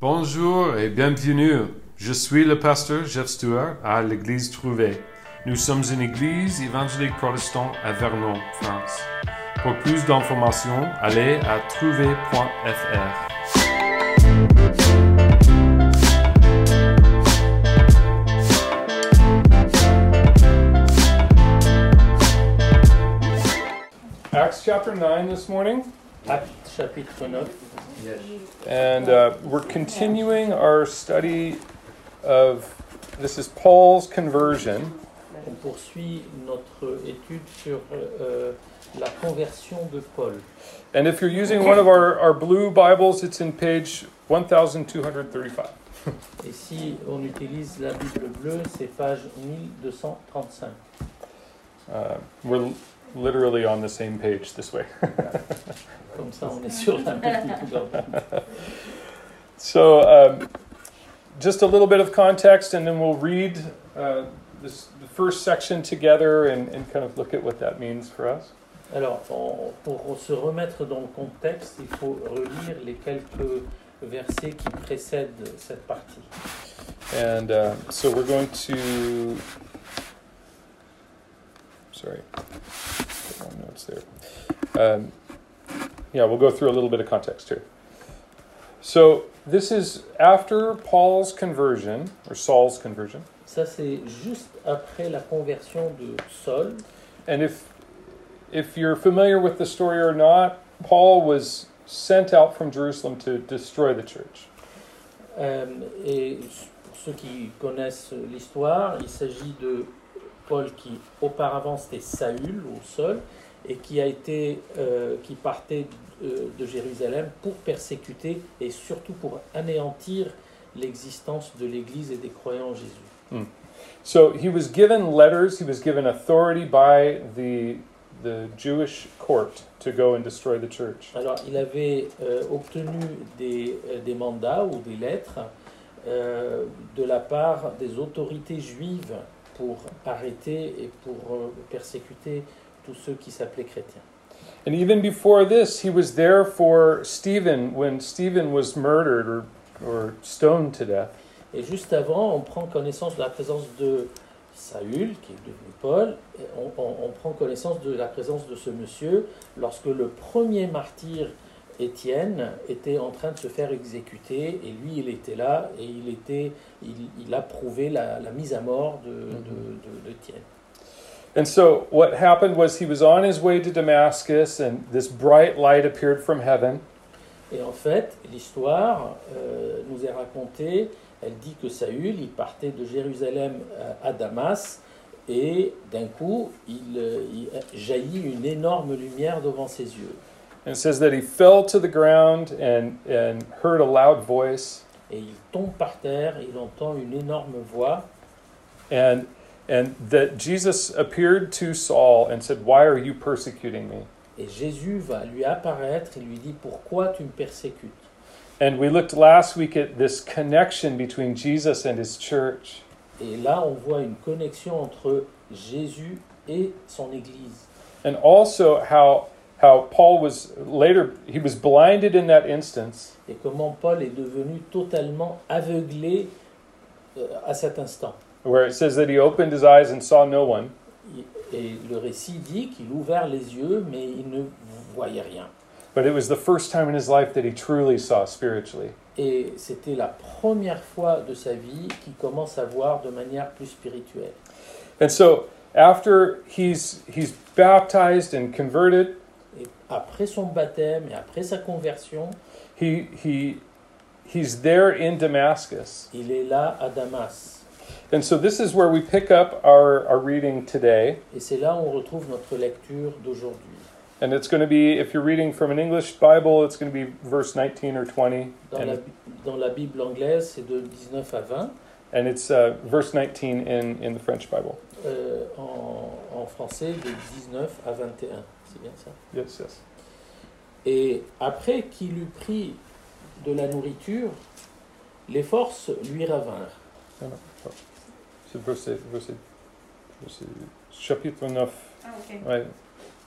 Bonjour et bienvenue. Je suis le pasteur Jeff Stewart à l'église Trouvé. Nous sommes une église évangélique protestante à Vernon, France. Pour plus d'informations, allez à trouvé.fr. Acts chapter 9 this morning. Actes chapitre 9. And uh, we're continuing our study of this is Paul's conversion. On poursuit notre étude sur euh, la conversion de Paul. And if you're using one of our, our blue Bibles, it's in page 1235. Et si on utilise la Bible bleue, c'est page 1235. Uh, we're literally on the same page this way. Comme ça, on est sur la Bible tout d'abord. So, um, just a little bit of context, and then we'll read uh, this, the first section together and, and kind of look at what that means for us. Alors, on- pour se remettre dans le contexte, il faut relire les quelques versets qui précèdent cette partie. And uh, so we're going to. Sorry, Put wrong notes there. Um, yeah, we'll go through a little bit of context here. So this is after Paul's conversion or Saul's conversion, Ça, c'est juste après la conversion de Saul. and if if you're familiar with the story or not, Paul was sent out from Jerusalem to destroy the church. Euh, et pour ceux qui connaissent l'histoire, il s'agit de Paul qui auparavant c'était Saül au sol et qui a été euh, qui partait euh, de Jérusalem pour persécuter et surtout pour anéantir l'existence de l'Église et des croyants en Jésus. So he was given letters, he was given authority by the the Jewish court to go and destroy the church. Alors il avait euh, obtenu des, euh, des mandats ou des lettres euh, de la part des autorités juives pour arrêter et pour euh, persécuter tous ceux qui s'appelaient chrétiens. And even before this, he was there for Stephen when Stephen was murdered or or stoned to death. Et juste avant, on prend connaissance de la présence de Saül, qui est devenu Paul, et on, on- on prend connaissance de la présence de ce monsieur lorsque le premier martyr, Étienne, était en train de se faire exécuter, et lui, il était là, et il, était, il, il approuvait la, la mise à mort de, de, de- d'Étienne. And so what happened was he was on his way to Damascus and this bright light appeared from heaven Et en fait, l'histoire euh, nous est racontée, elle dit que Saül, il partait de Jérusalem à, à Damas, et d'un coup, il, euh, il jaillit une énorme lumière devant ses yeux. and it says that he fell to the ground and and heard a loud voice Et il tombe par terre, il entend une énorme voix, and and that Jesus appeared to Saul and said, "Why are you persecuting me?" et Jésus va lui apparaître, il lui dit, pourquoi tu me persécutes And we looked last week at this connection between Jesus and his church. Et là, on voit une connexion entre Jésus et son Église. And also how how Paul was later he was blinded in that instance Et comment Paul est devenu totalement aveuglé euh, à cet instant. where it says that he opened his eyes and saw no one. Et le récit dit qu'il ouvert les yeux, mais il ne voyait rien. But it was the first time in his life that he truly saw spiritually. Et c'était la première fois de sa vie qu'il commence à voir de manière plus spirituelle. And so after he's he's baptized and converted, Et après son baptême et après sa conversion, he he he's there in Damascus. il est là à Damas. And so this is where we pick up our, our reading today. Et c'est là où on retrouve notre lecture d'aujourd'hui. And it's going to be, if you're reading from an English Bible, it's going to be verse 19 or 20. Dans la, dans la Bible anglaise, c'est de 19 à 20. And it's uh, verse 19 in, in the French Bible. Euh, en, en français, de 19 à 21. C'est bien ça Yes, yes. Et après qu'il eut pris de la nourriture, les forces lui ravinrent. C'est verse, verse, verse, chapitre 9. Ah, ok. Ouais.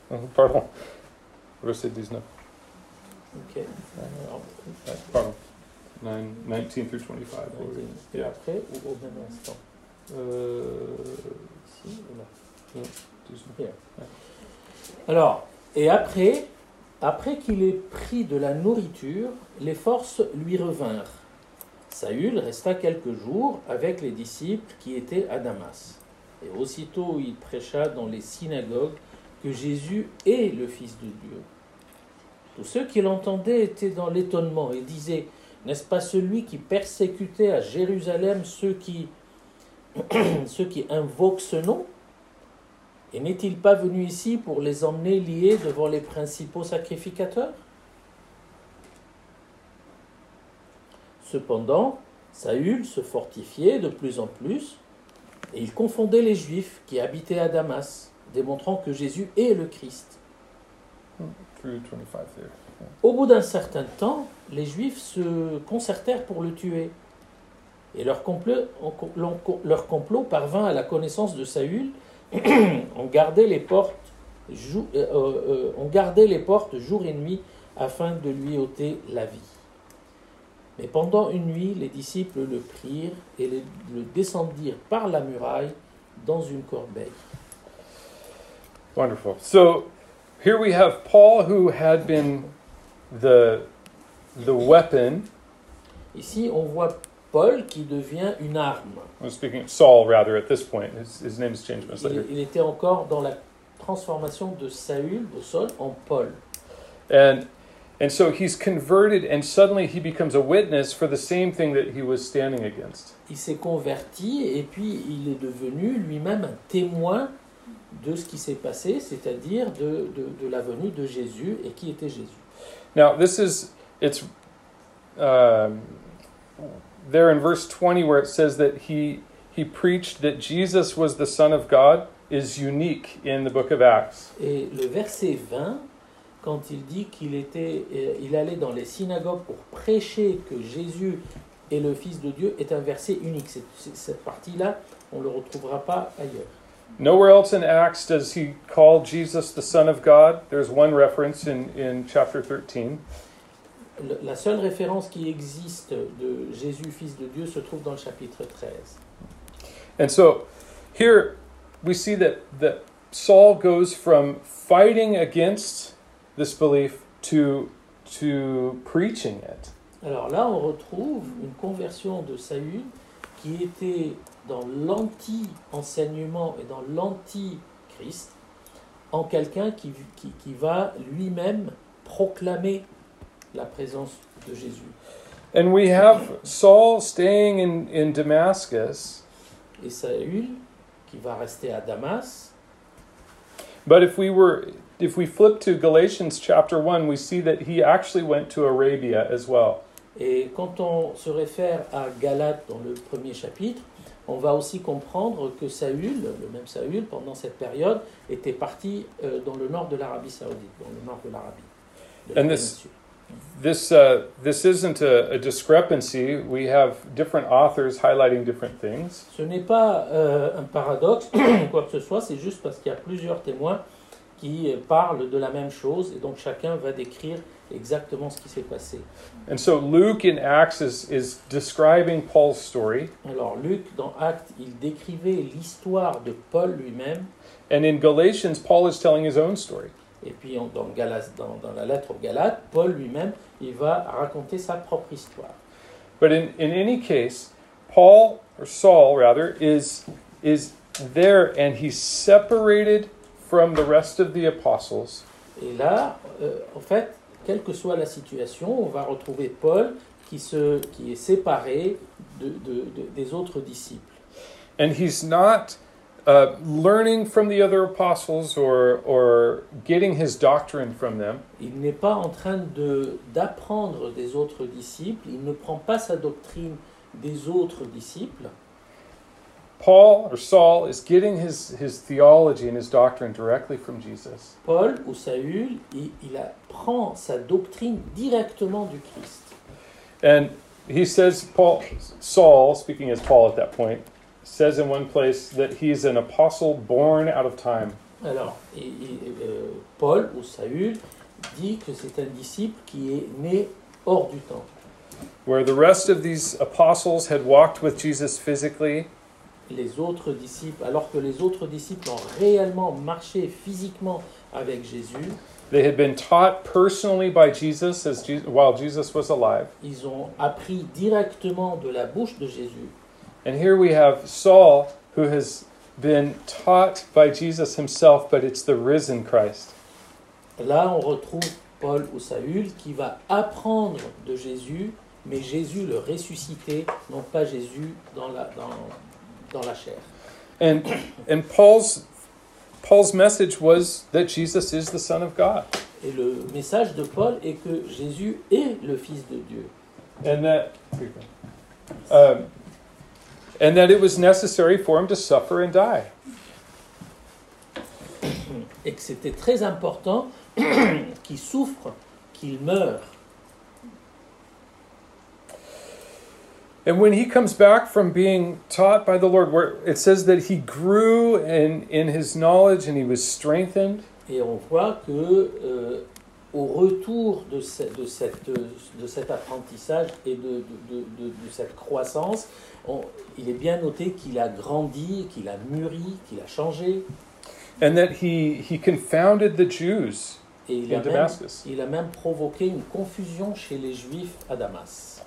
Uh-huh. Pardon. Verset 19. Ok. Alors, Ouais, Pardon. 9, 19 through 25. Et What were we- yeah. après, ou au même instant Uh, Ici et là. just- Alors, et après, après qu'il ait pris de la nourriture, les forces lui revinrent. Saül resta quelques jours avec les disciples qui étaient à Damas. Et aussitôt il prêcha dans les synagogues que Jésus est le Fils de Dieu. Tous ceux qui l'entendaient étaient dans l'étonnement et disaient, n'est-ce pas celui qui persécutait à Jérusalem ceux qui, ceux qui invoquent ce nom et n'est-il pas venu ici pour les emmener liés devant les principaux sacrificateurs Cependant, Saül se fortifiait de plus en plus, et il confondait les Juifs qui habitaient à Damas, démontrant que Jésus est le Christ. Through 25 there. Au bout d'un certain temps, les Juifs se concertèrent pour le tuer, et leur complot, leur complot parvint à la connaissance de Saül on gardait les portes jou- euh, euh, on gardait les portes jour et nuit afin de lui ôter la vie. Mais pendant une nuit, les disciples le prirent et le, le descendirent par la muraille dans une corbeille. Wonderful. So here we have Paul, who had been the the weapon. Ici, on voit Paul qui devient une arme. I'm speaking of Saul rather at this point. His, his name is changed much Il, later. il était encore dans la transformation de Saül, de Saul, en Paul. And and so he's converted, and suddenly he becomes a witness for the same thing that he was standing against. Il s'est converti et puis il est devenu lui-même un témoin de ce qui s'est passé, c'est-à-dire de, de, de la venue de Jésus et qui était Jésus. Now this is it's um, there in verse twenty where it says that he he preached that Jesus was the Son of God is unique in the Book of Acts. Et le verset 20, quand il dit qu'il était, euh, il allait dans les synagogues pour prêcher que Jésus est le Fils de Dieu, est un verset unique. C'est- c'est- cette partie-là, on ne le retrouvera pas ailleurs. Nowhere else in Acts does he call Jesus the Son of God. There's one reference in, in chapter 13. Le- la seule référence qui existe de Jésus, Fils de Dieu, se trouve dans le chapitre 13. And so here we see that, that Saul goes from fighting against this belief to, to preaching it. Alors là, on retrouve une conversion de Saül qui était dans l'anti-enseignement et dans l'anti-Christ en quelqu'un qui, qui- qui va lui-même proclamer la présence de Jésus. And we have Saul staying in, in Damascus. Et Saül qui va rester à Damas. But if we were if we flip to Galatians chapter 1, we see that he actually went to Arabia as well. Et quand on se réfère à Galate dans le premier chapitre, on va aussi comprendre que Saül, le même Saül, pendant cette période, était parti euh, dans le nord de l'Arabie saoudite, dans le nord de l'Arabie. de la And this- péninsule. This uh, this isn't a, a discrepancy. We have different authors highlighting different things. Ce n'est pas euh, un paradoxe, quoi que ce soit, c'est juste parce qu'il y a plusieurs témoins qui euh, parlent de la même chose, et donc chacun va décrire exactement ce qui s'est passé. And so Luke in Acts is is describing Paul's story, Alors Luc, dans Actes, il décrivait l'histoire de Paul lui-même, and in Galatians Paul is telling his own story. Et puis on- dans, Galas- dans- dans la lettre aux Galates, Paul lui-même, il va raconter sa propre histoire. But in, in any case, Paul or Saul rather is is there and he's separated from the rest of the apostles Et là, euh, en fait, quelle que soit la situation, on va retrouver Paul qui, se, qui est séparé de- de- de- des autres disciples. and he's not uh, learning from the other apostles or or getting his doctrine from them. Il n'est pas en train de- d'apprendre des autres disciples, il ne prend pas sa doctrine des autres disciples. Paul or Saul is getting his, his theology and his doctrine directly from Jesus. Paul ou Saül, il- il apprend sa doctrine directement du Christ. And he says, Paul, Saul, speaking as Paul at that point, says in one place that he's an apostle born out of time. Alors, et- et, euh, Paul ou Saül dit que c'est un disciple qui est né hors du temps. Where the rest of these apostles had walked with Jesus physically, les autres disciples, alors que les autres disciples ont réellement marché physiquement avec Jésus, they had been taught personally by Jesus as Je- while Jesus was alive. ils ont appris directement de la bouche de Jésus. And here we have Saul, who has been taught by Jesus himself, but it's the risen Christ. Là, on retrouve Paul ou Saül qui va apprendre de Jésus, mais Jésus le ressuscité, non pas Jésus dans la, dans, dans la chair. And and Paul's Paul's message was that Jesus is the Son of God, Et le message de Paul est que Jésus est le Fils de Dieu. and that um, and that it was necessary for him to suffer and die. et que c'était très important qu'il souffre, qu'il meure. And when he comes back from being taught by the Lord, where it says that he grew in, in his knowledge and he was strengthened, Et on voit que euh, au retour de, ce- de, cette, de cet apprentissage et de, de- de- de- de cette croissance, on- il est bien noté qu'il a grandi, qu'il a mûri, qu'il a changé. and that he, he confounded the Jews Et il a, in même, Damascus. il a même provoqué une confusion chez les Juifs à Damas.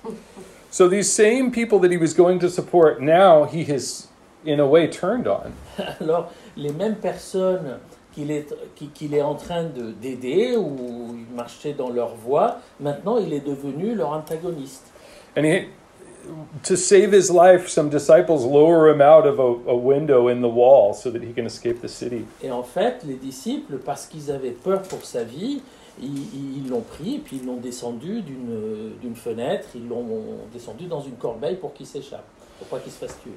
So these same people that he was going to support, now he has, in a way, turned on. Alors, les mêmes personnes qu'il est, qui- qu'il est en train de- d'aider ou il marchait dans leur voie, maintenant il est devenu leur antagoniste. And he, to save his life, some disciples lower him out of a, a window in the wall so that he can escape the city. Et en fait, les disciples, parce qu'ils avaient peur pour sa vie, ils- ils ils l'ont pris et puis ils l'ont descendu d'une d'une fenêtre, ils l'ont descendu dans une corbeille pour qu'il s'échappe, pour pas qu'il se fasse tuer.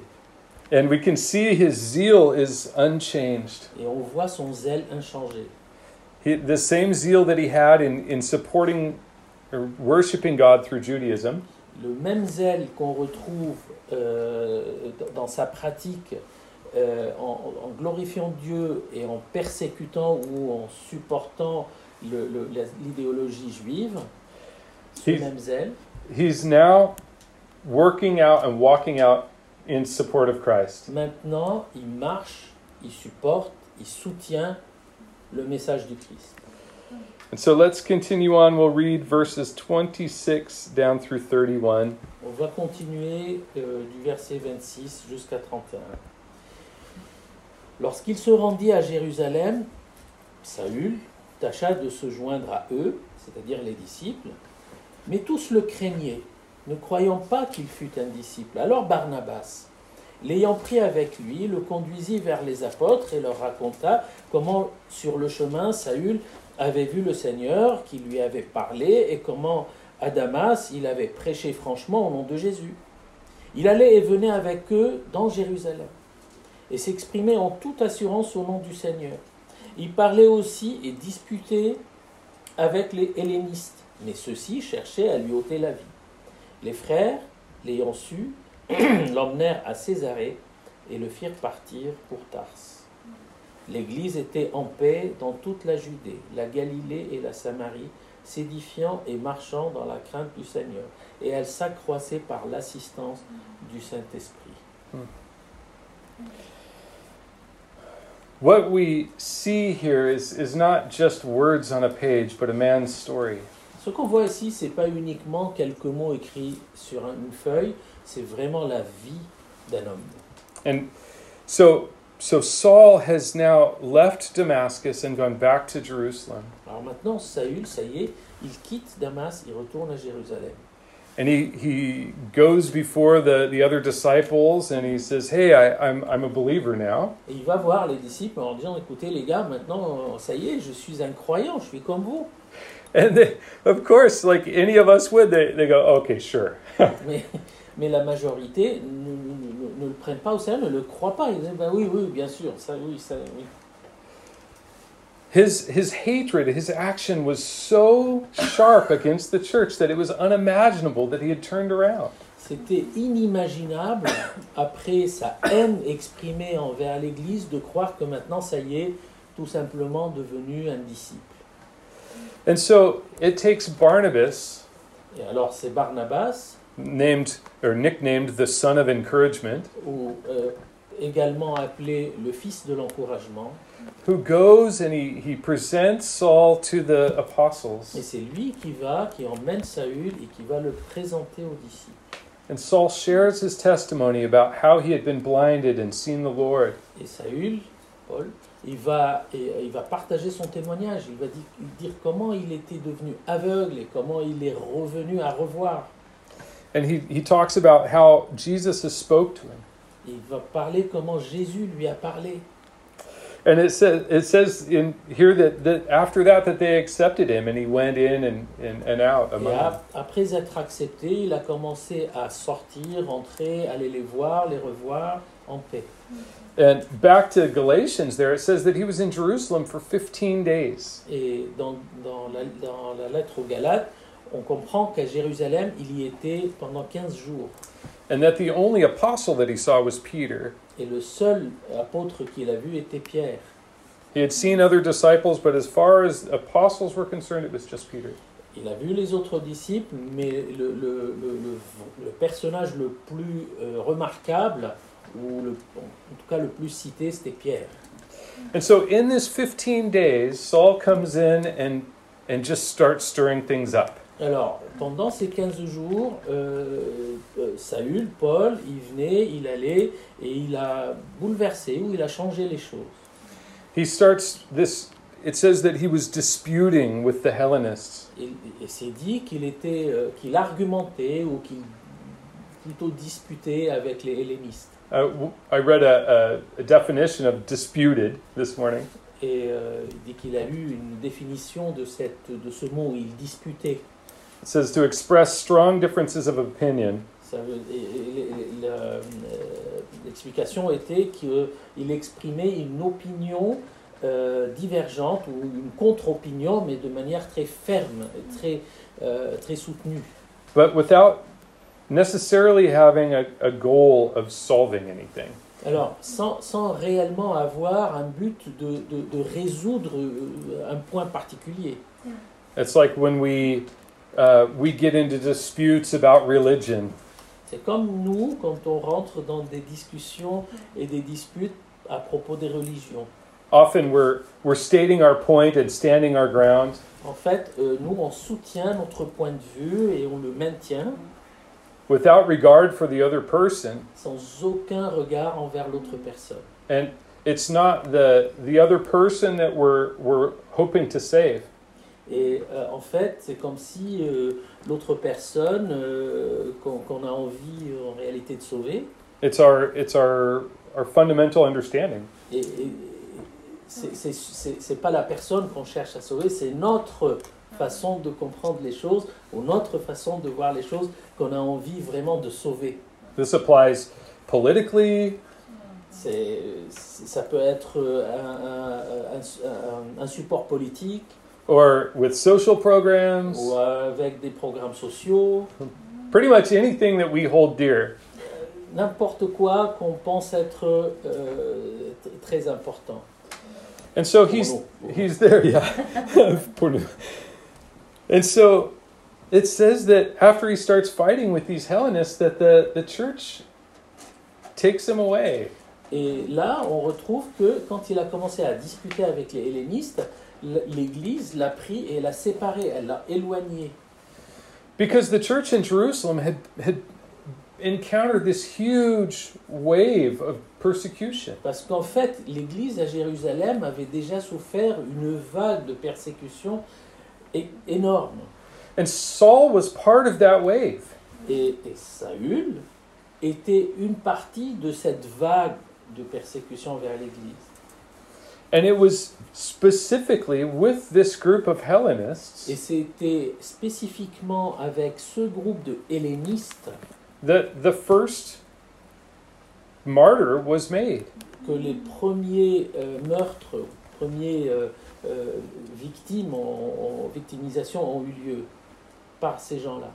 And we can see his zeal is unchanged. Et on voit son zèle inchangé. He, the same zeal that he had in, in supporting or worshiping God through Judaism le même zèle qu'on retrouve euh, dans- dans sa pratique euh, en, en glorifiant Dieu et en persécutant ou en supportant le- le- la- l'idéologie juive, ce He's- même zèle, he's now working out and walking out in support of Christ. maintenant il marche, il supporte, il soutient le message du Christ. And so let's continue on. We'll read verses 26 down through 31. On va continuer euh, du verset 26 jusqu'à 31. Lorsqu'il se rendit à Jérusalem, Saül tâcha de se joindre à eux, c'est-à-dire les disciples, mais tous le craignaient, ne croyant pas qu'il fût un disciple. Alors Barnabas, l'ayant pris avec lui, le conduisit vers les apôtres et leur raconta comment sur le chemin Saül avait vu le Seigneur qui lui avait parlé et comment à Damas il avait prêché franchement au nom de Jésus. Il allait et venait avec eux dans Jérusalem et s'exprimait en toute assurance au nom du Seigneur. Il parlait aussi et disputait avec les hellénistes, mais ceux-ci cherchaient à lui ôter la vie. Les frères, l'ayant su, l'emmenèrent à Césarée et le firent partir pour Tarse. L'Église était en paix dans toute la Judée, la Galilée et la Samarie, s'édifiant et marchant dans la crainte du Seigneur, et elle s'accroissait par l'assistance du Saint-Esprit. What we see here is, is not just words on a page, but a man's story. Ce qu'on voit ici, c'est pas uniquement quelques mots écrits sur un- une feuille, c'est vraiment la vie d'un homme. And so, so Saul has now left Damascus and gone back to Jerusalem. Alors maintenant, Saül, ça y est, il quitte Damas, il retourne à Jérusalem. And he, he goes before the, the other disciples and he says, Hey, I, I'm, I'm a believer now. Et il va voir les disciples en leur disant, écoutez les gars, maintenant, euh, ça y est, je suis un croyant, je suis comme vous. And they, of course, like any of us would, they, they go, Okay, sure. Mais, mais la majorité ne, ne- ne- ne le prennent pas au sérieux, ne le croient pas. Ils disent, bah oui, oui, bien sûr, ça, oui, ça, oui. His, his hatred, his action was so sharp against the church that it was unimaginable that he had turned around. C'était inimaginable, après sa haine exprimée envers l'Église, de croire que maintenant, ça y est, tout simplement devenu un disciple. And so it takes Barnabas Et alors c'est Barnabas, named or nicknamed the son of encouragement, ou euh, également appelé le fils de l'encouragement, who goes and he, he presents Saul to the et apostles. c'est lui qui va, qui emmène Saül et qui va le présenter aux disciples. And Saul shares his testimony about how he had been blinded and seen the Lord. Et Saül, Paul, il va, et- euh, il va partager son témoignage, il va di- dire comment il était devenu aveugle et comment il est revenu à revoir. And he, he talks about how Jesus has spoke to him. Il va parler comment Jésus lui a parlé. And it says it says in here that, that after that that they accepted him and he went in and, and, and out Et among them. ap- après être accepté, il a commencé à sortir, entrer, aller les voir, les revoir en paix. And back to Galatians there it says that he was in Jerusalem for 15 days. Et dans, dans la, dans la lettre aux Galates, on comprend qu'à Jérusalem, il y était pendant 15 jours. And that the only apostle that he saw was Peter. Et le seul apôtre qu'il a vu était Pierre. He had seen other disciples, but as far as apostles were concerned, it was just Peter. Il a vu les autres disciples, mais le, le- le- le- le personnage le plus euh, remarquable, ou le- en tout cas le plus cité, c'était Pierre. And so in this 15 days, Saul comes in and and just starts stirring things up. Alors, pendant ces 15 jours, euh, euh, Saül, Paul, il venait, il allait, et il a bouleversé ou il a changé les choses. He starts this it says that he was disputing with the Hellenists. Il, il s'est dit qu'il était, euh, qu'il argumentait ou qu'il plutôt disputait avec les hellénistes. Uh, w- I read a, a, a definition of disputed this morning, Et euh, il dit qu'il a eu une définition de, cette, de ce mot, il disputait. it says to express strong differences of opinion. Ça veut- et- et- et- la- euh, L'explication était qu'il exprimait une opinion euh, divergente ou une contre-opinion, mais de manière très ferme, et très, euh, très soutenue, But without necessarily having a, a goal of solving anything. Alors, sans, sans réellement avoir un but de, de- de résoudre euh, un point particulier. It's like when we uh, we get into disputes about religion. C'est comme nous quand on rentre dans des discussions et des disputes à propos des religions. Often we're we're stating our point and standing our ground, En fait, euh, nous, on soutient notre point de vue et on le maintient without regard for the other person sans aucun regard envers l'autre personne. and it's not the the other person that we're we're hoping to save Et euh, en fait, c'est comme si euh, l'autre personne euh, qu'on qu'on a envie euh, en réalité de sauver, it's our it's our our fundamental understanding et, et- c'est- c'est- c'est c'est pas la personne qu'on cherche à sauver, c'est notre façon de comprendre les choses ou notre façon de voir les choses qu'on a envie vraiment de sauver. this applies politically C'est- c'est- ça peut être euh, un- un- un- un- un support politique or with social programs ou avec des programmes sociaux. pretty much anything that we hold dear n'importe quoi qu'on pense être euh, t- très important. and so he's Pour nous. he's there yeah Poor dude. and so it says that after he starts fighting with these Hellenists that the the church takes him away Et là, on retrouve que quand il a commencé à discuter avec les hellénistes, l- l'Église l'a pris et l'a séparé, elle l'a éloigné. Because the church in Jerusalem had, had encountered this huge wave of persecution. Parce qu'en fait, l'Église à Jérusalem avait déjà souffert une vague de persécution é- énorme. And Saul was part of that wave. Et, et Saül était une partie de cette vague de persécution vers l'Église. And it was specifically with this group of Et Hellenists c'était spécifiquement avec ce groupe de hellénistes that the first martyr was made. que les premiers euh, meurtres, premiers euh, euh, victimes, ont- ont- victimisations ont eu lieu par ces gens-là.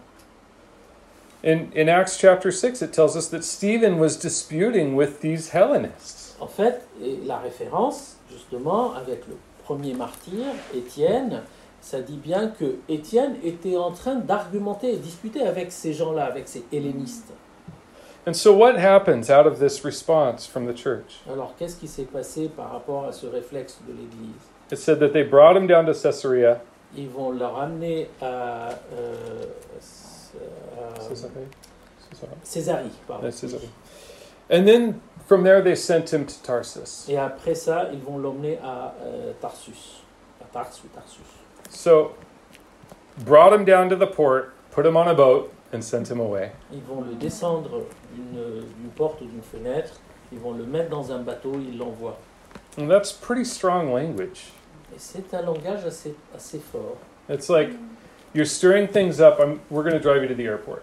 In, in Acts chapter 6, it tells us that Stephen was disputing with these Hellenists. En fait, et la référence, justement, avec le premier martyr, Étienne, ça dit bien que Étienne était en train d'argumenter et discuter avec ces gens-là, avec ces hellénistes. And so, what happens out of this response from the church? Alors qu'est-ce qui s'est passé par rapport à ce réflexe de l'Église It said that they brought him down to Caesarea. Ils vont leur amener à, euh, c- à Caesarea? Caesarea? Césarie. pardon. Yeah, Caesarea. And then from there, they sent him to Tarsus. Et après ça, ils vont l'emmener à euh, Tarsus. À Tars ou Tarsus. So, brought him down to the port, put him on a boat, and sent him away. Ils vont le descendre d'une d'une porte ou d'une fenêtre. Ils vont le mettre dans un bateau. Ils l'envoient. And that's pretty strong language. Et c'est un langage assez, assez fort. It's like you're stirring things up. I'm, we're going to drive you to the airport.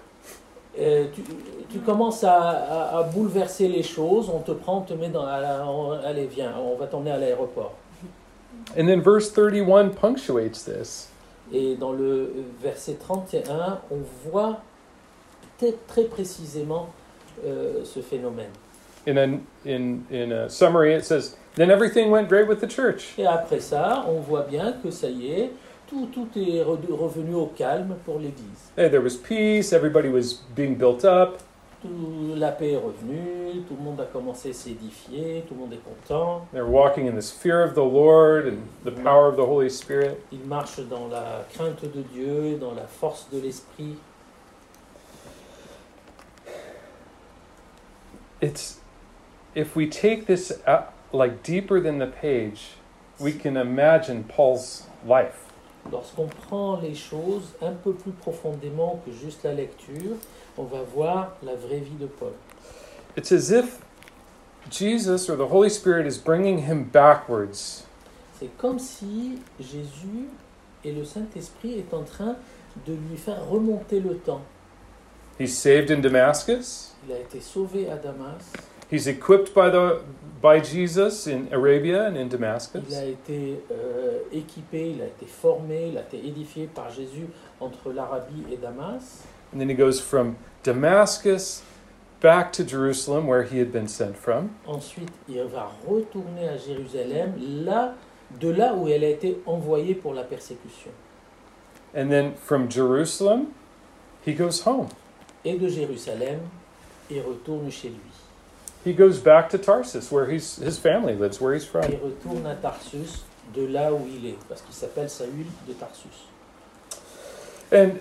Euh, tu, tu commences à, à- à bouleverser les choses, on te prend, on te met dans... à la- on- allez, viens, on va t'emmener à l'aéroport. And then verse 31 punctuates this. Et dans le verset 31, on voit très, très précisément euh, ce phénomène. In a, in, in a summary, it says, Then everything went great with the church. Et après ça, on voit bien que ça y est, tout, tout est re- revenu au calme pour l'Église. Hey, there was peace, everybody was being built up. Tout- La paix est revenue, tout le monde a commencé à s'édifier, tout le monde est content. They were walking in this fear of the Lord and the power of the Holy Spirit. Il marche dans la crainte de Dieu, dans la force de l'esprit. It's if we take this out, like deeper than the page, we can imagine Paul's life. Lorsqu'on prend les choses un peu plus profondément que juste la lecture, on va voir la vraie vie de Paul. It's as if Jesus or the Holy Spirit is bringing him backwards C'est comme si Jésus et le Saint-Esprit est en train de lui faire remonter le temps. He's saved in Damascus. Il a été sauvé à Damas, He's equipped by the by Jesus in Arabia and in il a Damascus. été euh, équipé, il a été formé, il a été édifié par Jésus entre l'Arabie et Damas. And then he goes from Damascus back to Jerusalem where he had been sent from. Ensuite, il va retourner à Jérusalem, là, de là où elle a été envoyée pour la persécution. And then from Jerusalem he goes home. et de Jérusalem et retourne chez lui. He goes back to Tarsus where he's, his family lives, where he's Il from. retourne à Tarsus de là où il est, parce qu'il s'appelle Saül de Tarsus. And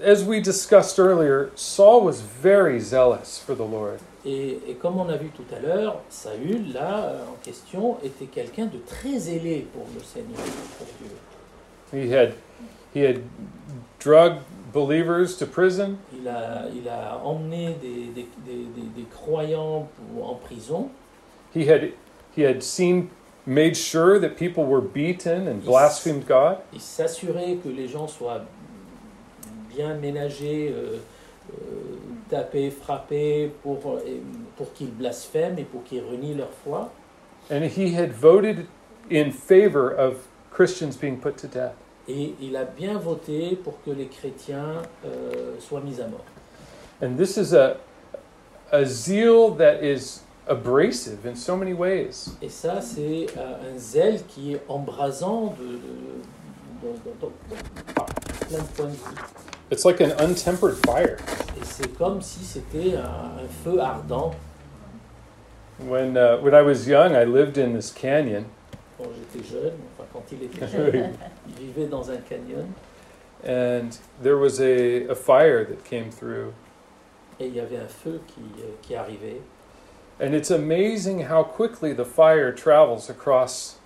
as we discussed earlier, Saul was very zealous for the Lord. Et, et comme on a vu tout à l'heure, Saül, là, euh, en question, était quelqu'un de très zélé pour le Seigneur, pour Dieu. He had he had drugged believers to prison. Il a, il a emmené des, des- des- des- des croyants pour- en prison. He had he had seen made sure that people were beaten and Yes. blasphemed God. Il s'assurait que les gens soient bien ménagés, euh, euh, tapés, frappés, pour, et- pour qu'ils blasphèment et pour qu'ils renient leur foi. And he had voted in favor of Christians being put to death. Et il a bien voté pour que les chrétiens euh, soient mis à mort. And this is a a zeal that is abrasive in so many ways. Et ça, c'est euh, un zèle qui est embrasant de, de- dans- dans- dans- par plein de points de vue. It's like an untempered fire. Et c'est comme si c'était un, un feu ardent. When uh, when I was young, I lived in this canyon, Quand j'étais jeune, enfin quand il était jeune, il vivait dans un canyon and there was a, a fire that came through et il y avait un feu qui, euh, qui arrivait. And it's amazing how quickly the fire travels across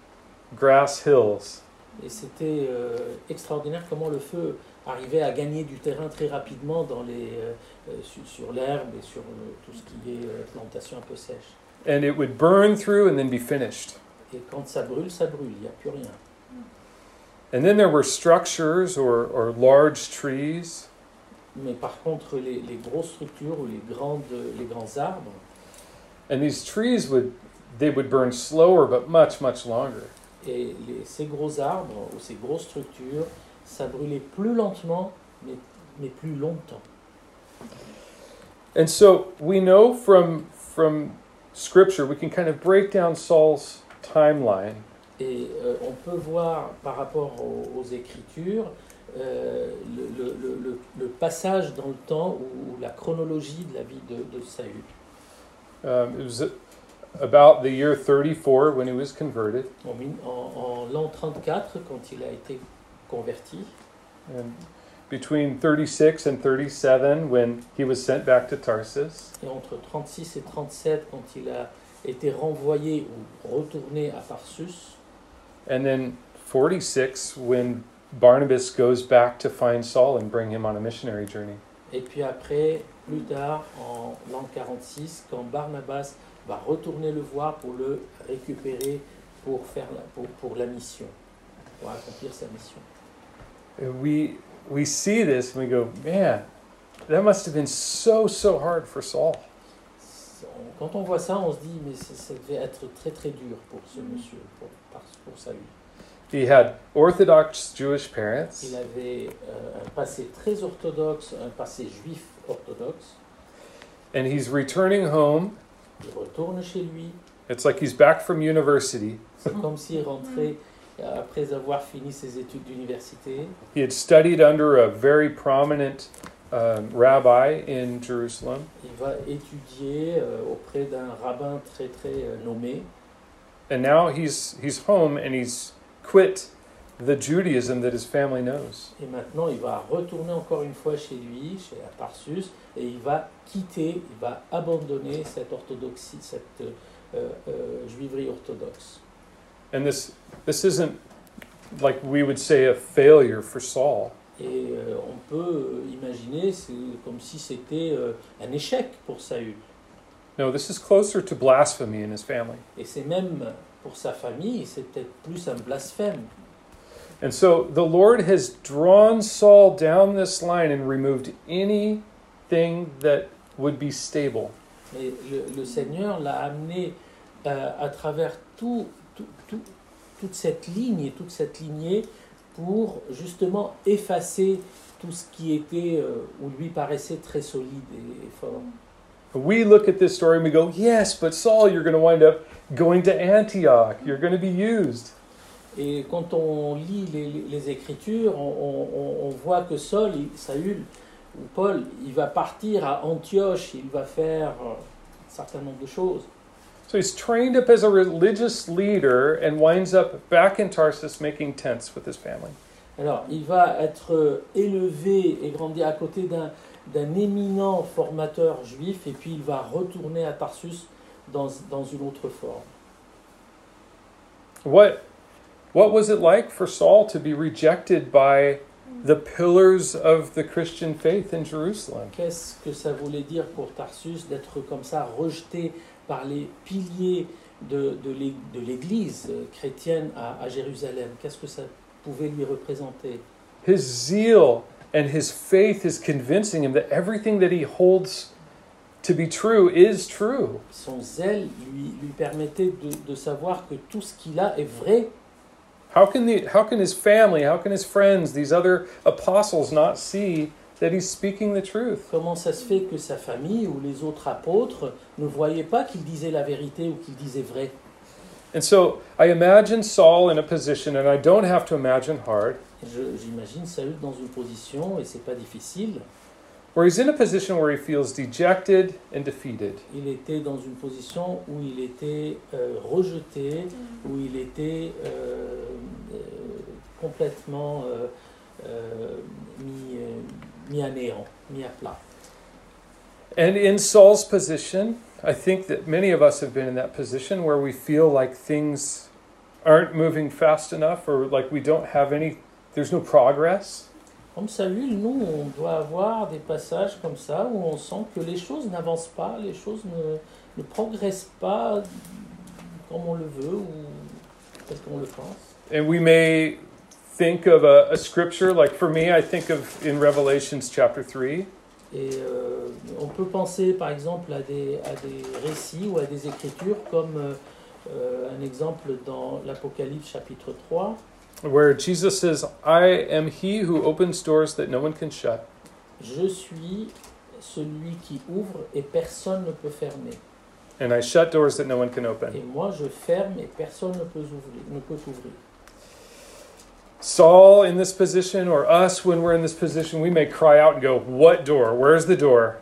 grass hills. Et c'était euh, extraordinaire comment le feu arrivait à gagner du terrain très rapidement dans les, euh, euh, sur, sur l'herbe et sur euh, tout ce qui est euh, plantation un peu sèche. And it would burn through and then be finished. Et quand ça brûle, ça brûle, il n'y a plus rien. And then there were structures or, or large trees. Mais par contre, les, les grosses structures ou les, grandes, les grands arbres, And these trees would they would burn slower but much, much longer. et les- ces gros arbres ou ces grosses structures, ça brûlait plus lentement, mais, mais plus longtemps. And so we know from from scripture we can kind of break down Saul's timeline Et euh, on peut voir par rapport aux, aux Écritures euh, le, le- le- le- le passage dans le temps ou, ou la chronologie de la vie de, de Saül. Um, it was about the year 34 when he was converted. En, mille- en- en l'an 34, quand il a été converti, And between 36 and 37, when he was sent back to Tarsus, et entre 36 et 37, quand il a été renvoyé ou retourné à Tarsus, and then 46, when Barnabas goes back to find Saul and bring him on a missionary journey. Et puis après, plus tard, en l'an 46, quand Barnabas va retourner le voir pour le récupérer, pour, faire la, pour, pour la mission, pour accomplir sa mission. And we, we see this and we go, man, that must have been so, so hard for Saul. On- Quand on voit ça, on se dit, mais ça, ça devait être très très dur pour ce monsieur, pour, par- pour Saül. He had Orthodox Jewish parents. Il avait euh, un passé très orthodoxe, un passé juif orthodoxe. and he's returning home. Il retourne chez lui, It's like he's back from university. c'est comme s'il rentrait euh, après avoir fini ses études d'université. He had studied under a very prominent um, rabbi in Jerusalem, Il va étudier euh, auprès d'un rabbin très très euh, nommé. and now he's he's home and he's quit the Judaism that his family knows. Et maintenant, il va retourner encore une fois chez lui, chez à Tarsus, et il va quitter, il va abandonner cette orthodoxie, cette euh, euh, juiverie orthodoxe. And this this isn't like we would say a failure for Saul. Et euh, on peut imaginer, c'est comme si c'était euh, un échec pour Saül. No, this is closer to blasphemy in his family. Et c'est même pour sa famille, c'est peut-être plus un blasphème. And so the Lord has drawn Saul down this line and removed anything that would be stable. Mais le, le Seigneur l'a amené euh, à travers tout- tout- tout- toute cette ligne et toute cette lignée pour justement effacer tout ce qui était euh, ou lui paraissait très solide et, et fort. We look at this story and we go, yes, but Saul, you're going to wind up going to Antioch. You're going to be used. Et quand on lit les, les- les Écritures, on, on- on- on voit que Saul, il- Saül ou Paul, il va partir à Antioche, il va faire euh, un certain nombre de choses. So he's trained up as a religious leader and winds up back in Tarsus making tents with his family. Alors, il va être euh, élevé et grandi à côté d'un, d'un éminent formateur juif, et puis il va retourner à Tarsus dans, dans une autre forme. What, what was it like for Saul to be rejected by the pillars of the Christian faith in Jerusalem? Qu'est-ce que ça voulait dire pour Tarsus d'être comme ça rejeté par les piliers de, de l'é- de l'Église euh, chrétienne à, à Jérusalem Qu'est-ce que ça pouvait lui représenter His zeal and his faith is convincing him that everything that he holds to be true is true. Son zèle lui, lui permettait de- de savoir que tout ce qu'il a est vrai How can the how can his family, how can his friends, these other apostles not see that he's speaking the truth? Comment ça se fait que sa famille ou les autres apôtres ne voyaient pas qu'il disait la vérité ou qu'il disait vrai And so I imagine Saul in a position, and I don't have to imagine hard, Je- J'imagine Saül dans une position, et c'est pas difficile, where he's in a position where he feels dejected and defeated. il était dans une position où il était euh, rejeté, où il était euh, euh, complètement euh, euh, mis, euh, mis à néant, mis à plat. And in Saul's position, I think that many of us have been in that position where we feel like things aren't moving fast enough or like we don't have any there's no progress. Comme Saül, nous, on doit avoir des passages comme ça où on sent que les choses n'avancent pas, les choses ne, ne progressent pas comme on le veut ou tel qu'on le pense. And we may think of a, a scripture, like for me, I think of in Revelations chapter 3, Et euh, on peut penser par exemple à des, à des récits ou à des écritures comme euh, euh, un exemple dans l'Apocalypse chapitre 3 where Jesus says, I am he who opens doors that no one can shut. Je suis celui qui ouvre et personne ne peut fermer. and I shut doors that no one can Et open. moi, je ferme et personne ne peut ouvrir. Ne peut ouvrir. Saul in this position, or us when we're in this position, we may cry out and go, What door? Where's the door?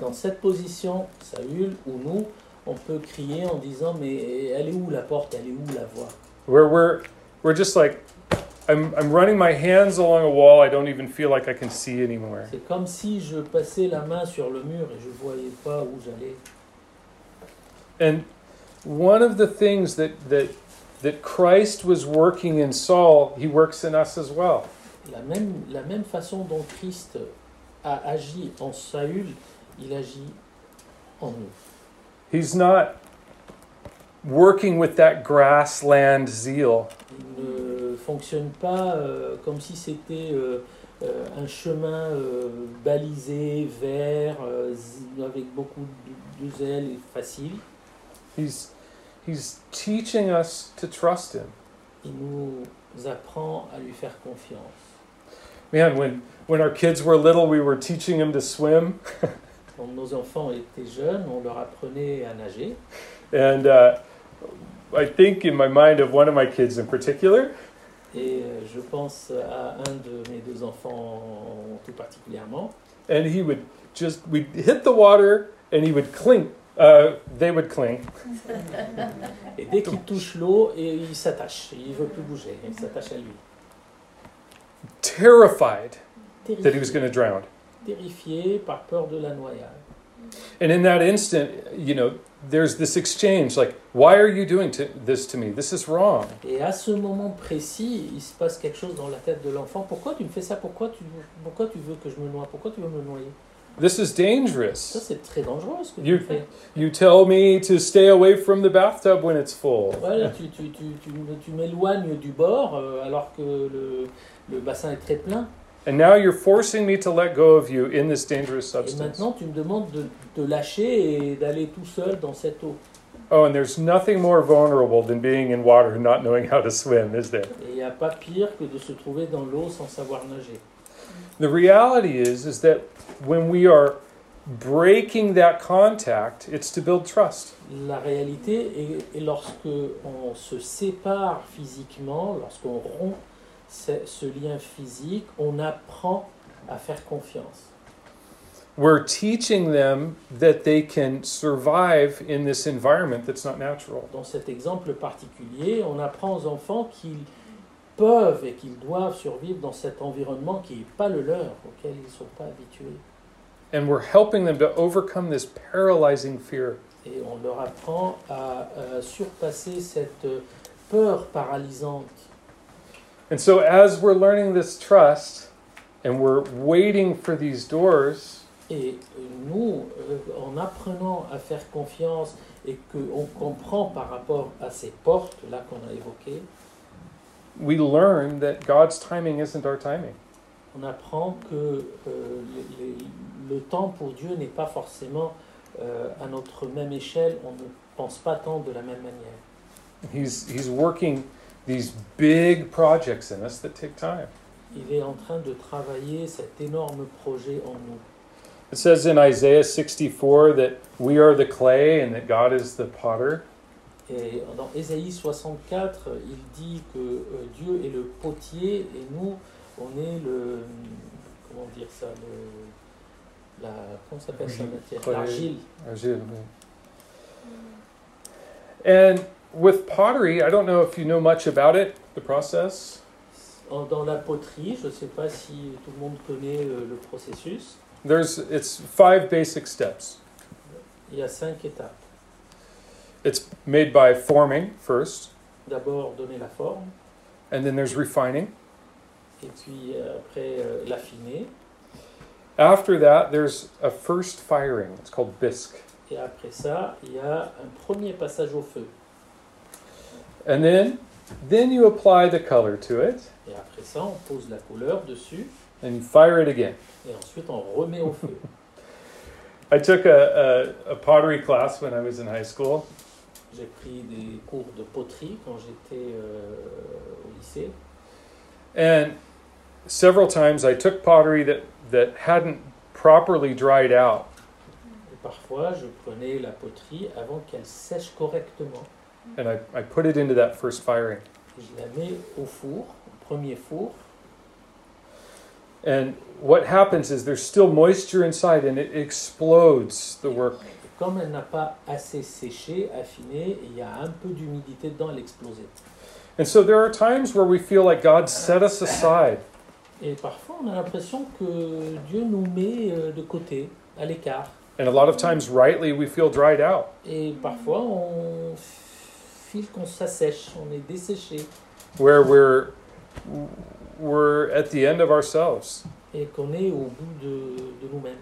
Dans cette position, Saül ou nous, on peut crier en disant Mais elle est où la porte Elle est où la voie Where we're, we're just like, I'm, I'm running my hands along a wall I don't even feel like I can see anymore. C'est comme si je passais la main sur le mur et je ne voyais pas où j'allais. And one of the things that, that, that Christ was working in Saul, he works in us as well. La même, la même façon dont Christ a agi en Saül, il agit en nous. He's not working with that grassland zeal. Il ne fonctionne pas euh, comme si c'était euh, euh, un chemin euh, balisé, vert, euh, z- avec beaucoup de, de zèle et facile. He's, he's teaching us to trust him. Il nous apprend à lui faire confiance. Man, when, when our kids were little, we were teaching them to swim. Quand nos enfants étaient jeunes, on leur apprenait à nager. And uh, I think in my mind of one of my kids in particular, Et euh, je pense à un de mes deux enfants tout particulièrement. and he would just, we'd hit the water and he would cling. Uh, they would cling. Et dès qu'il touche l'eau, et il s'attache. Il veut plus bouger. Il s'attache à lui. Terrified that he was Terrifié, going to drown. terrifié par peur de la noyade. And in that instant, you know, there's this exchange like, why are you doing to, this to me? This is wrong. Et à ce moment précis, il se passe quelque chose dans la tête de l'enfant. Pourquoi tu me fais ça pourquoi tu, pourquoi tu veux que je me noie Pourquoi tu veux me noyer This is Ça, dangerous. c'est très dangereux ce que You- tu fais. You tell me to stay away from the bathtub when it's full. Voilà, tu, tu, tu, tu, tu m'éloignes du bord euh, alors que le, le bassin est très plein. And now you're forcing me to let go of you in this dangerous Et substance. maintenant, tu me demandes de te lâcher et d'aller tout seul dans cette eau. Oh, and there's nothing more vulnerable than being in water and not knowing how to swim, is there? Et il n'y a pas pire que de se trouver dans l'eau sans savoir nager. The reality is is that when we are breaking that contact, it's to build trust. La réalité est, est lorsque on se sépare physiquement, lorsqu'on rompt ce, ce lien physique, on apprend à faire confiance. We're teaching them that they can survive in this environment that's not natural. Dans cet exemple particulier, on apprend aux enfants qu'ils peuvent et qu'ils doivent survivre dans cet environnement qui n'est pas le leur, auquel ils ne sont pas habitués. And we're helping them to overcome this paralyzing fear. Et on leur apprend à euh, surpasser cette peur paralysante And so as we're learning this trust and we're waiting for these doors, Et nous, euh, en apprenant à faire confiance et qu'on comprend par rapport à ces portes-là qu'on a évoquées, we learn that God's timing isn't our timing. on apprend que euh, les- les- le temps pour Dieu n'est pas forcément euh, à notre même échelle, on ne pense pas tant de la même manière. He's he's working these big projects in us that take time. Il est en train de travailler cet énorme projet en nous. It says in Isaiah 64 that we are the clay and that God is the potter. Et dans Ésaïe 64, il dit que euh, Dieu est le potier et nous, on est le. Comment dire ça le, la, Comment ça s'appelle ça la matière Collier. L'argile. And with pottery, I don't know if you know much about it, the process, En- Dans la poterie, je ne sais pas si tout le monde connaît euh, le processus, there's it's five basic steps. il y a cinq étapes. It's made by forming first, D'abord, donner la forme, and then there's refining. et puis euh, après, euh, l'affiner, After that, there's a first firing. It's called bisque. et après ça, il y a un premier passage au feu. And then then you apply the color to it Et après ça, on pose la couleur dessus, and you fire it again. et ensuite, on remet au feu. I took a, a, a pottery class when I was in high school, J'ai pris des cours de poterie quand j'étais euh, au lycée. and several times I took pottery that, that hadn't properly dried out, Et parfois je prenais la poterie avant qu'elle sèche correctement. and I, I put it into that first firing. Je la mets au four, au premier four, And what happens is there's still moisture inside and it explodes the work. Et comme elle n'a pas assez séché, affiné, il y a un peu d'humidité dedans, elle explosait. And so there are times where we feel like God set us aside. Et parfois, on a l'impression que Dieu nous met euh, de côté, à l'écart. And a lot of times, rightly, we feel dried out. Et parfois, on file qu'on s'assèche, on est desséché where we're we're at the end of ourselves et qu'on est au bout de, de nous-mêmes.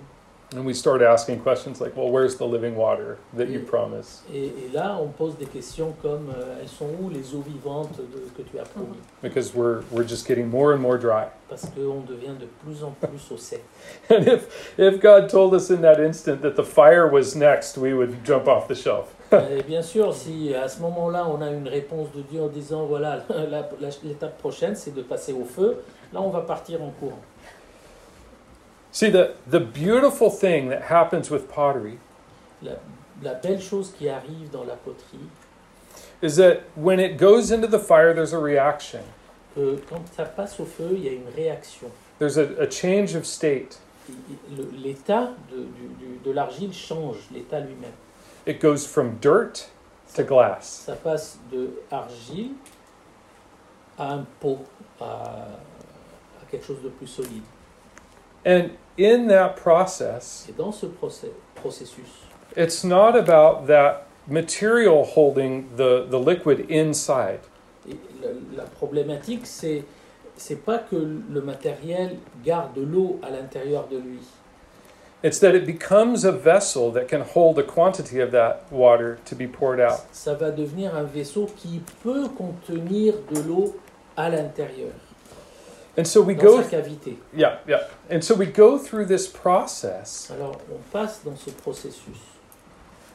and we start asking questions like well where's the living water that you Mm. promise Et, et là, on pose des questions comme euh, elles sont où les eaux vivantes de- que tu as promis because we're we're just getting more and more dry Parce qu'on devient de plus en plus au sec. and if if god told us in that instant that the fire was next we would jump off the shelf Et bien sûr, si à ce moment-là, on a une réponse de Dieu en disant, voilà, la- la- l'étape prochaine, c'est de passer au feu, là, on va partir en courant. see the the beautiful thing that happens with pottery La, la belle chose qui arrive dans la poterie, is that when it goes into the fire there's a reaction que Euh, quand ça passe au feu, il y a une réaction. there's a, a change of state Il- il- le- L'état de, du- du- de l'argile change, l'état lui-même. it goes from dirt to glass Ça passe de argile à un pot, à, à quelque chose de plus solide. and in that process Et dans ce procé- processus, It's not about that material holding the, the liquid inside. Et la, la problématique, c'est c'est pas que le matériel garde l'eau à l'intérieur de lui. It's that it becomes a vessel that can hold a quantity of that water to be poured out. Ça va devenir un vaisseau qui peut contenir de l'eau à l'intérieur, And so we dans go sa cavité. yeah, yeah. And so we go through this process Alors on passe dans ce processus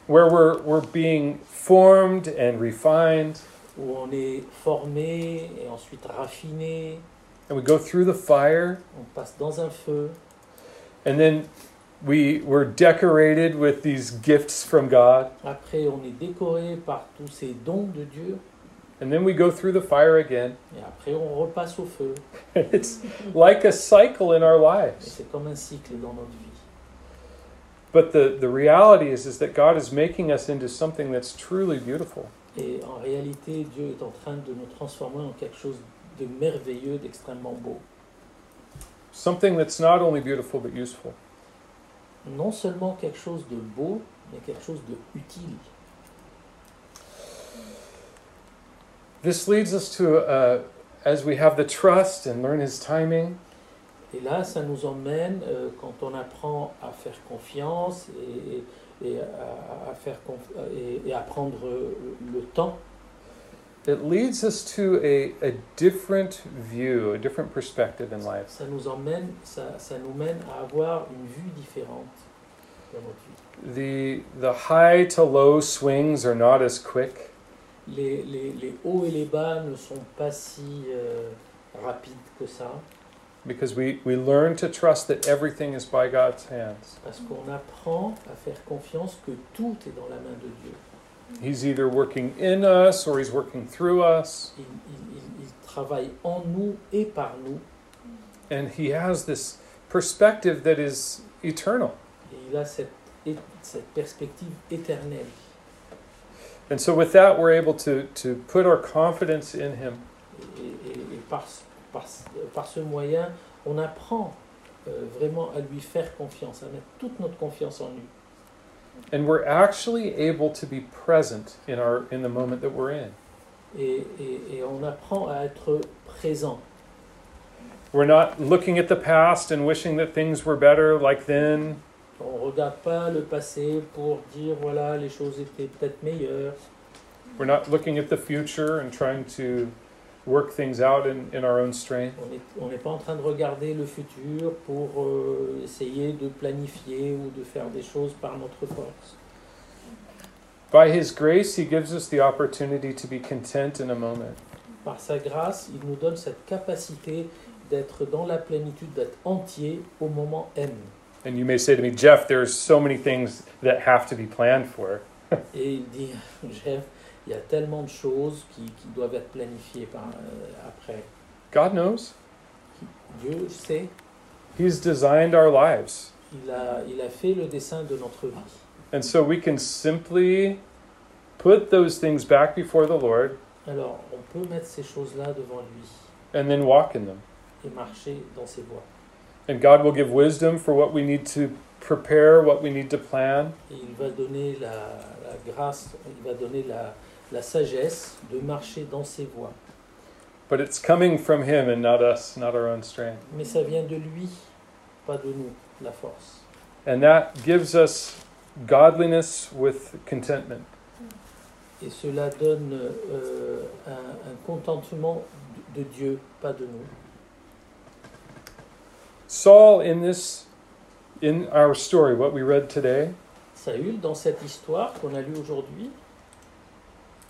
where we're we're being formed and refined où on est formé et ensuite raffiné, and we go through the fire on passe dans un feu, and then we we're decorated with these gifts from God après on est décoré par tous ces dons de Dieu, and then we go through the fire again. et après on repasse au feu. It's like a cycle in our Et lives. c'est comme un cycle dans notre vie. But the, the reality is, is that God is making us into something that's truly beautiful. Et en réalité, Dieu est en train de nous transformer en quelque chose de merveilleux, d'extrêmement beau. Something that's not only beautiful, but useful. Non seulement quelque chose de beau, mais quelque chose de utile. This leads us to, uh, as we have the trust and learn His timing, Et là, ça nous emmène, euh, quand on apprend à faire confiance et, et à, à faire conf- et, et à prendre euh, le temps, it leads us to a, a different view, a different perspective in life. ça nous, emmène, ça, ça nous mène à avoir une vue différente dans notre vie. The, the high to low swings are not as quick. Les, les- les hauts et les bas ne sont pas si euh, rapides que ça. Because we, we learn to trust that everything is by God's hands. Parce qu'on apprend à faire confiance que tout est dans la main de Dieu. He's either working in us or He's working through us. Il, il- il- il travaille en nous et par nous. and he has this perspective that is eternal. Et il a cette, é- cette perspective éternelle. And so with that we're able to to put our confidence in him Et, et- et par, ce- par ce- par ce moyen, on apprend euh, vraiment à lui faire confiance, à mettre toute notre confiance en lui. and we're actually able to be present in our in the moment that we're in. Et, et- et on apprend à être présent. We're not looking at the past and wishing that things were better like then. On ne regarde pas le passé pour dire, voilà, les choses étaient peut-être meilleures. We're not looking at the future and trying to work things out in, in our own strength. On est- On n'est pas en train de regarder le futur pour euh, essayer de planifier ou de faire des choses par notre force. By his grace he gives us the opportunity to be content in a moment. Par sa grâce, il nous donne cette capacité d'être dans la plénitude, d'être entier au moment M. And you may say to me, Jeff, there's so many things that have to be planned for. Et il dit, Jeff, il y a tellement de choses qui, qui doivent être planifiées par, euh, après. God knows. Dieu sait, He's designed our lives. il a, il a fait le dessin de notre vie. And so we can simply put those things back before the Lord Alors, on peut mettre ces choses-là devant lui and then walk in them. et marcher dans ses voies. And God will give wisdom for what we need to prepare, what we need to plan. Et il va donner la, la grâce, il va donner la, la sagesse de marcher dans ses voies. But it's coming from Him and not us, not our own strength. Mais ça vient de lui, pas de nous, la force. And that gives us godliness with contentment. Et cela donne euh, un, un contentement de de Dieu, pas de nous. Saul in this in our story what we read today, Saül, dans cette histoire qu'on a lue aujourd'hui,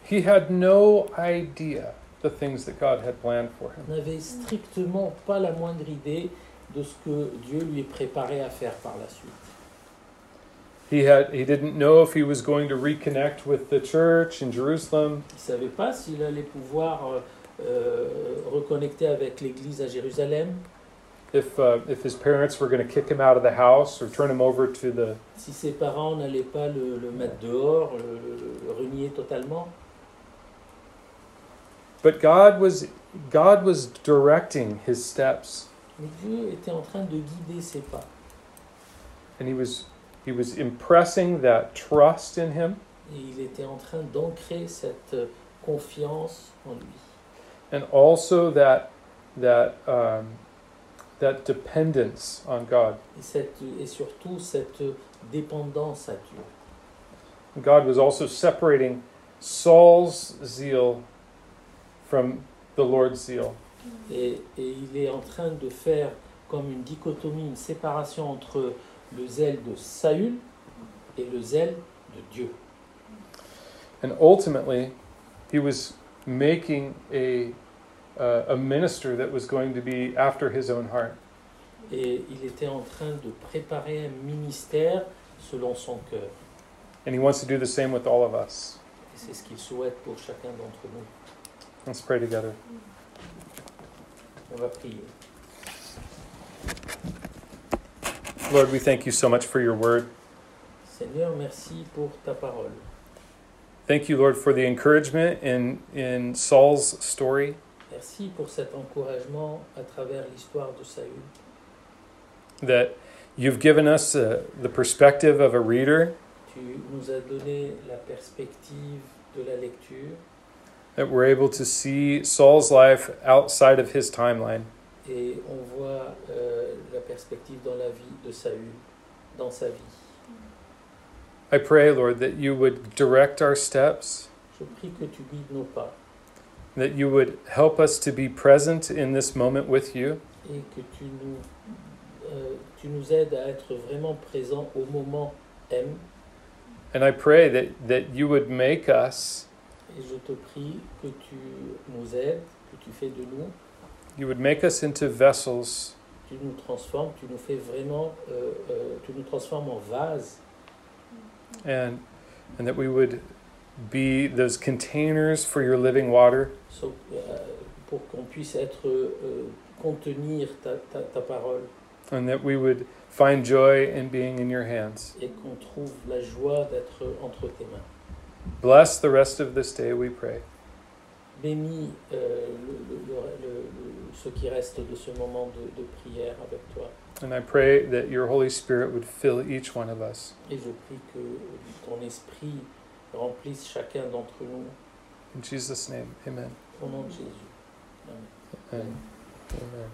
he had no idea the things that God had planned for him. n'avait strictement pas la moindre idée de ce que Dieu lui préparait à faire par la suite. He had he didn't know if he was going to reconnect with the church in Jerusalem. Il ne savait pas s'il allait pouvoir euh, euh, reconnecter avec l'Église à Jérusalem, if uh, if his parents were going to kick him out of the house or turn him over to the si ses parents n'allaient pas le, le mettre dehors, le, le- le renier totalement. but God was God was directing his steps Mais Dieu était en train de guider ses pas. and he was he was impressing that trust in him Et il était en train d'ancrer cette euh, confiance en lui. and also that that um, that dependence on God. Et, cette, et surtout cette dépendance à Dieu. And God was also separating Saul's zeal from the Lord's zeal. Et, et il est en train de faire comme une dichotomie, une séparation entre le zèle de Saül et le zèle de Dieu. And ultimately, he was making a, uh, a minister that was going to be after his own heart. Et il était en train de préparer un ministère selon son cœur. And he wants to do the same with all of us. Et c'est ce qu'il souhaite pour chacun d'entre nous. Let's pray together. On va prier. Lord, we thank you so much for your word. Seigneur, merci pour ta parole. Thank you, Lord, for the encouragement in, in Saul's story, Merci pour cet encouragement à travers l'histoire de Saül. that you've given us uh, the perspective of a reader, Tu nous as donné la perspective de la lecture that we're able to see Saul's life outside of his timeline. et on voit euh, la perspective dans la vie de Saül, dans sa vie. I pray, Lord, that you would direct our steps. Je prie que tu guides nos pas that you would help us to be present in this moment with you, et que tu nous, euh, tu nous aides à être vraiment présents au moment M. and I pray that, that you would make us, Et je te prie que tu nous aides, que tu fais de nous you would make us into vessels tu nous transformes, tu nous fais vraiment, euh, euh, tu nous transformes en vase and and that we would be those containers for your living water, so- euh, pour qu'on puisse être euh, contenir ta, ta- ta parole and that we would find joy in being in your hands. et qu'on trouve la joie d'être entre tes mains. Bless the rest of this day, we pray. Bénis euh, le- le- le- le- le- ce qui reste de ce moment de, de prière avec toi. And I pray that your Holy Spirit would fill each one of us, Et je prie que ton esprit remplisse chacun d'entre nous. in Jesus' name. Amen. Au nom de Jésus. Amen. Amen. Amen.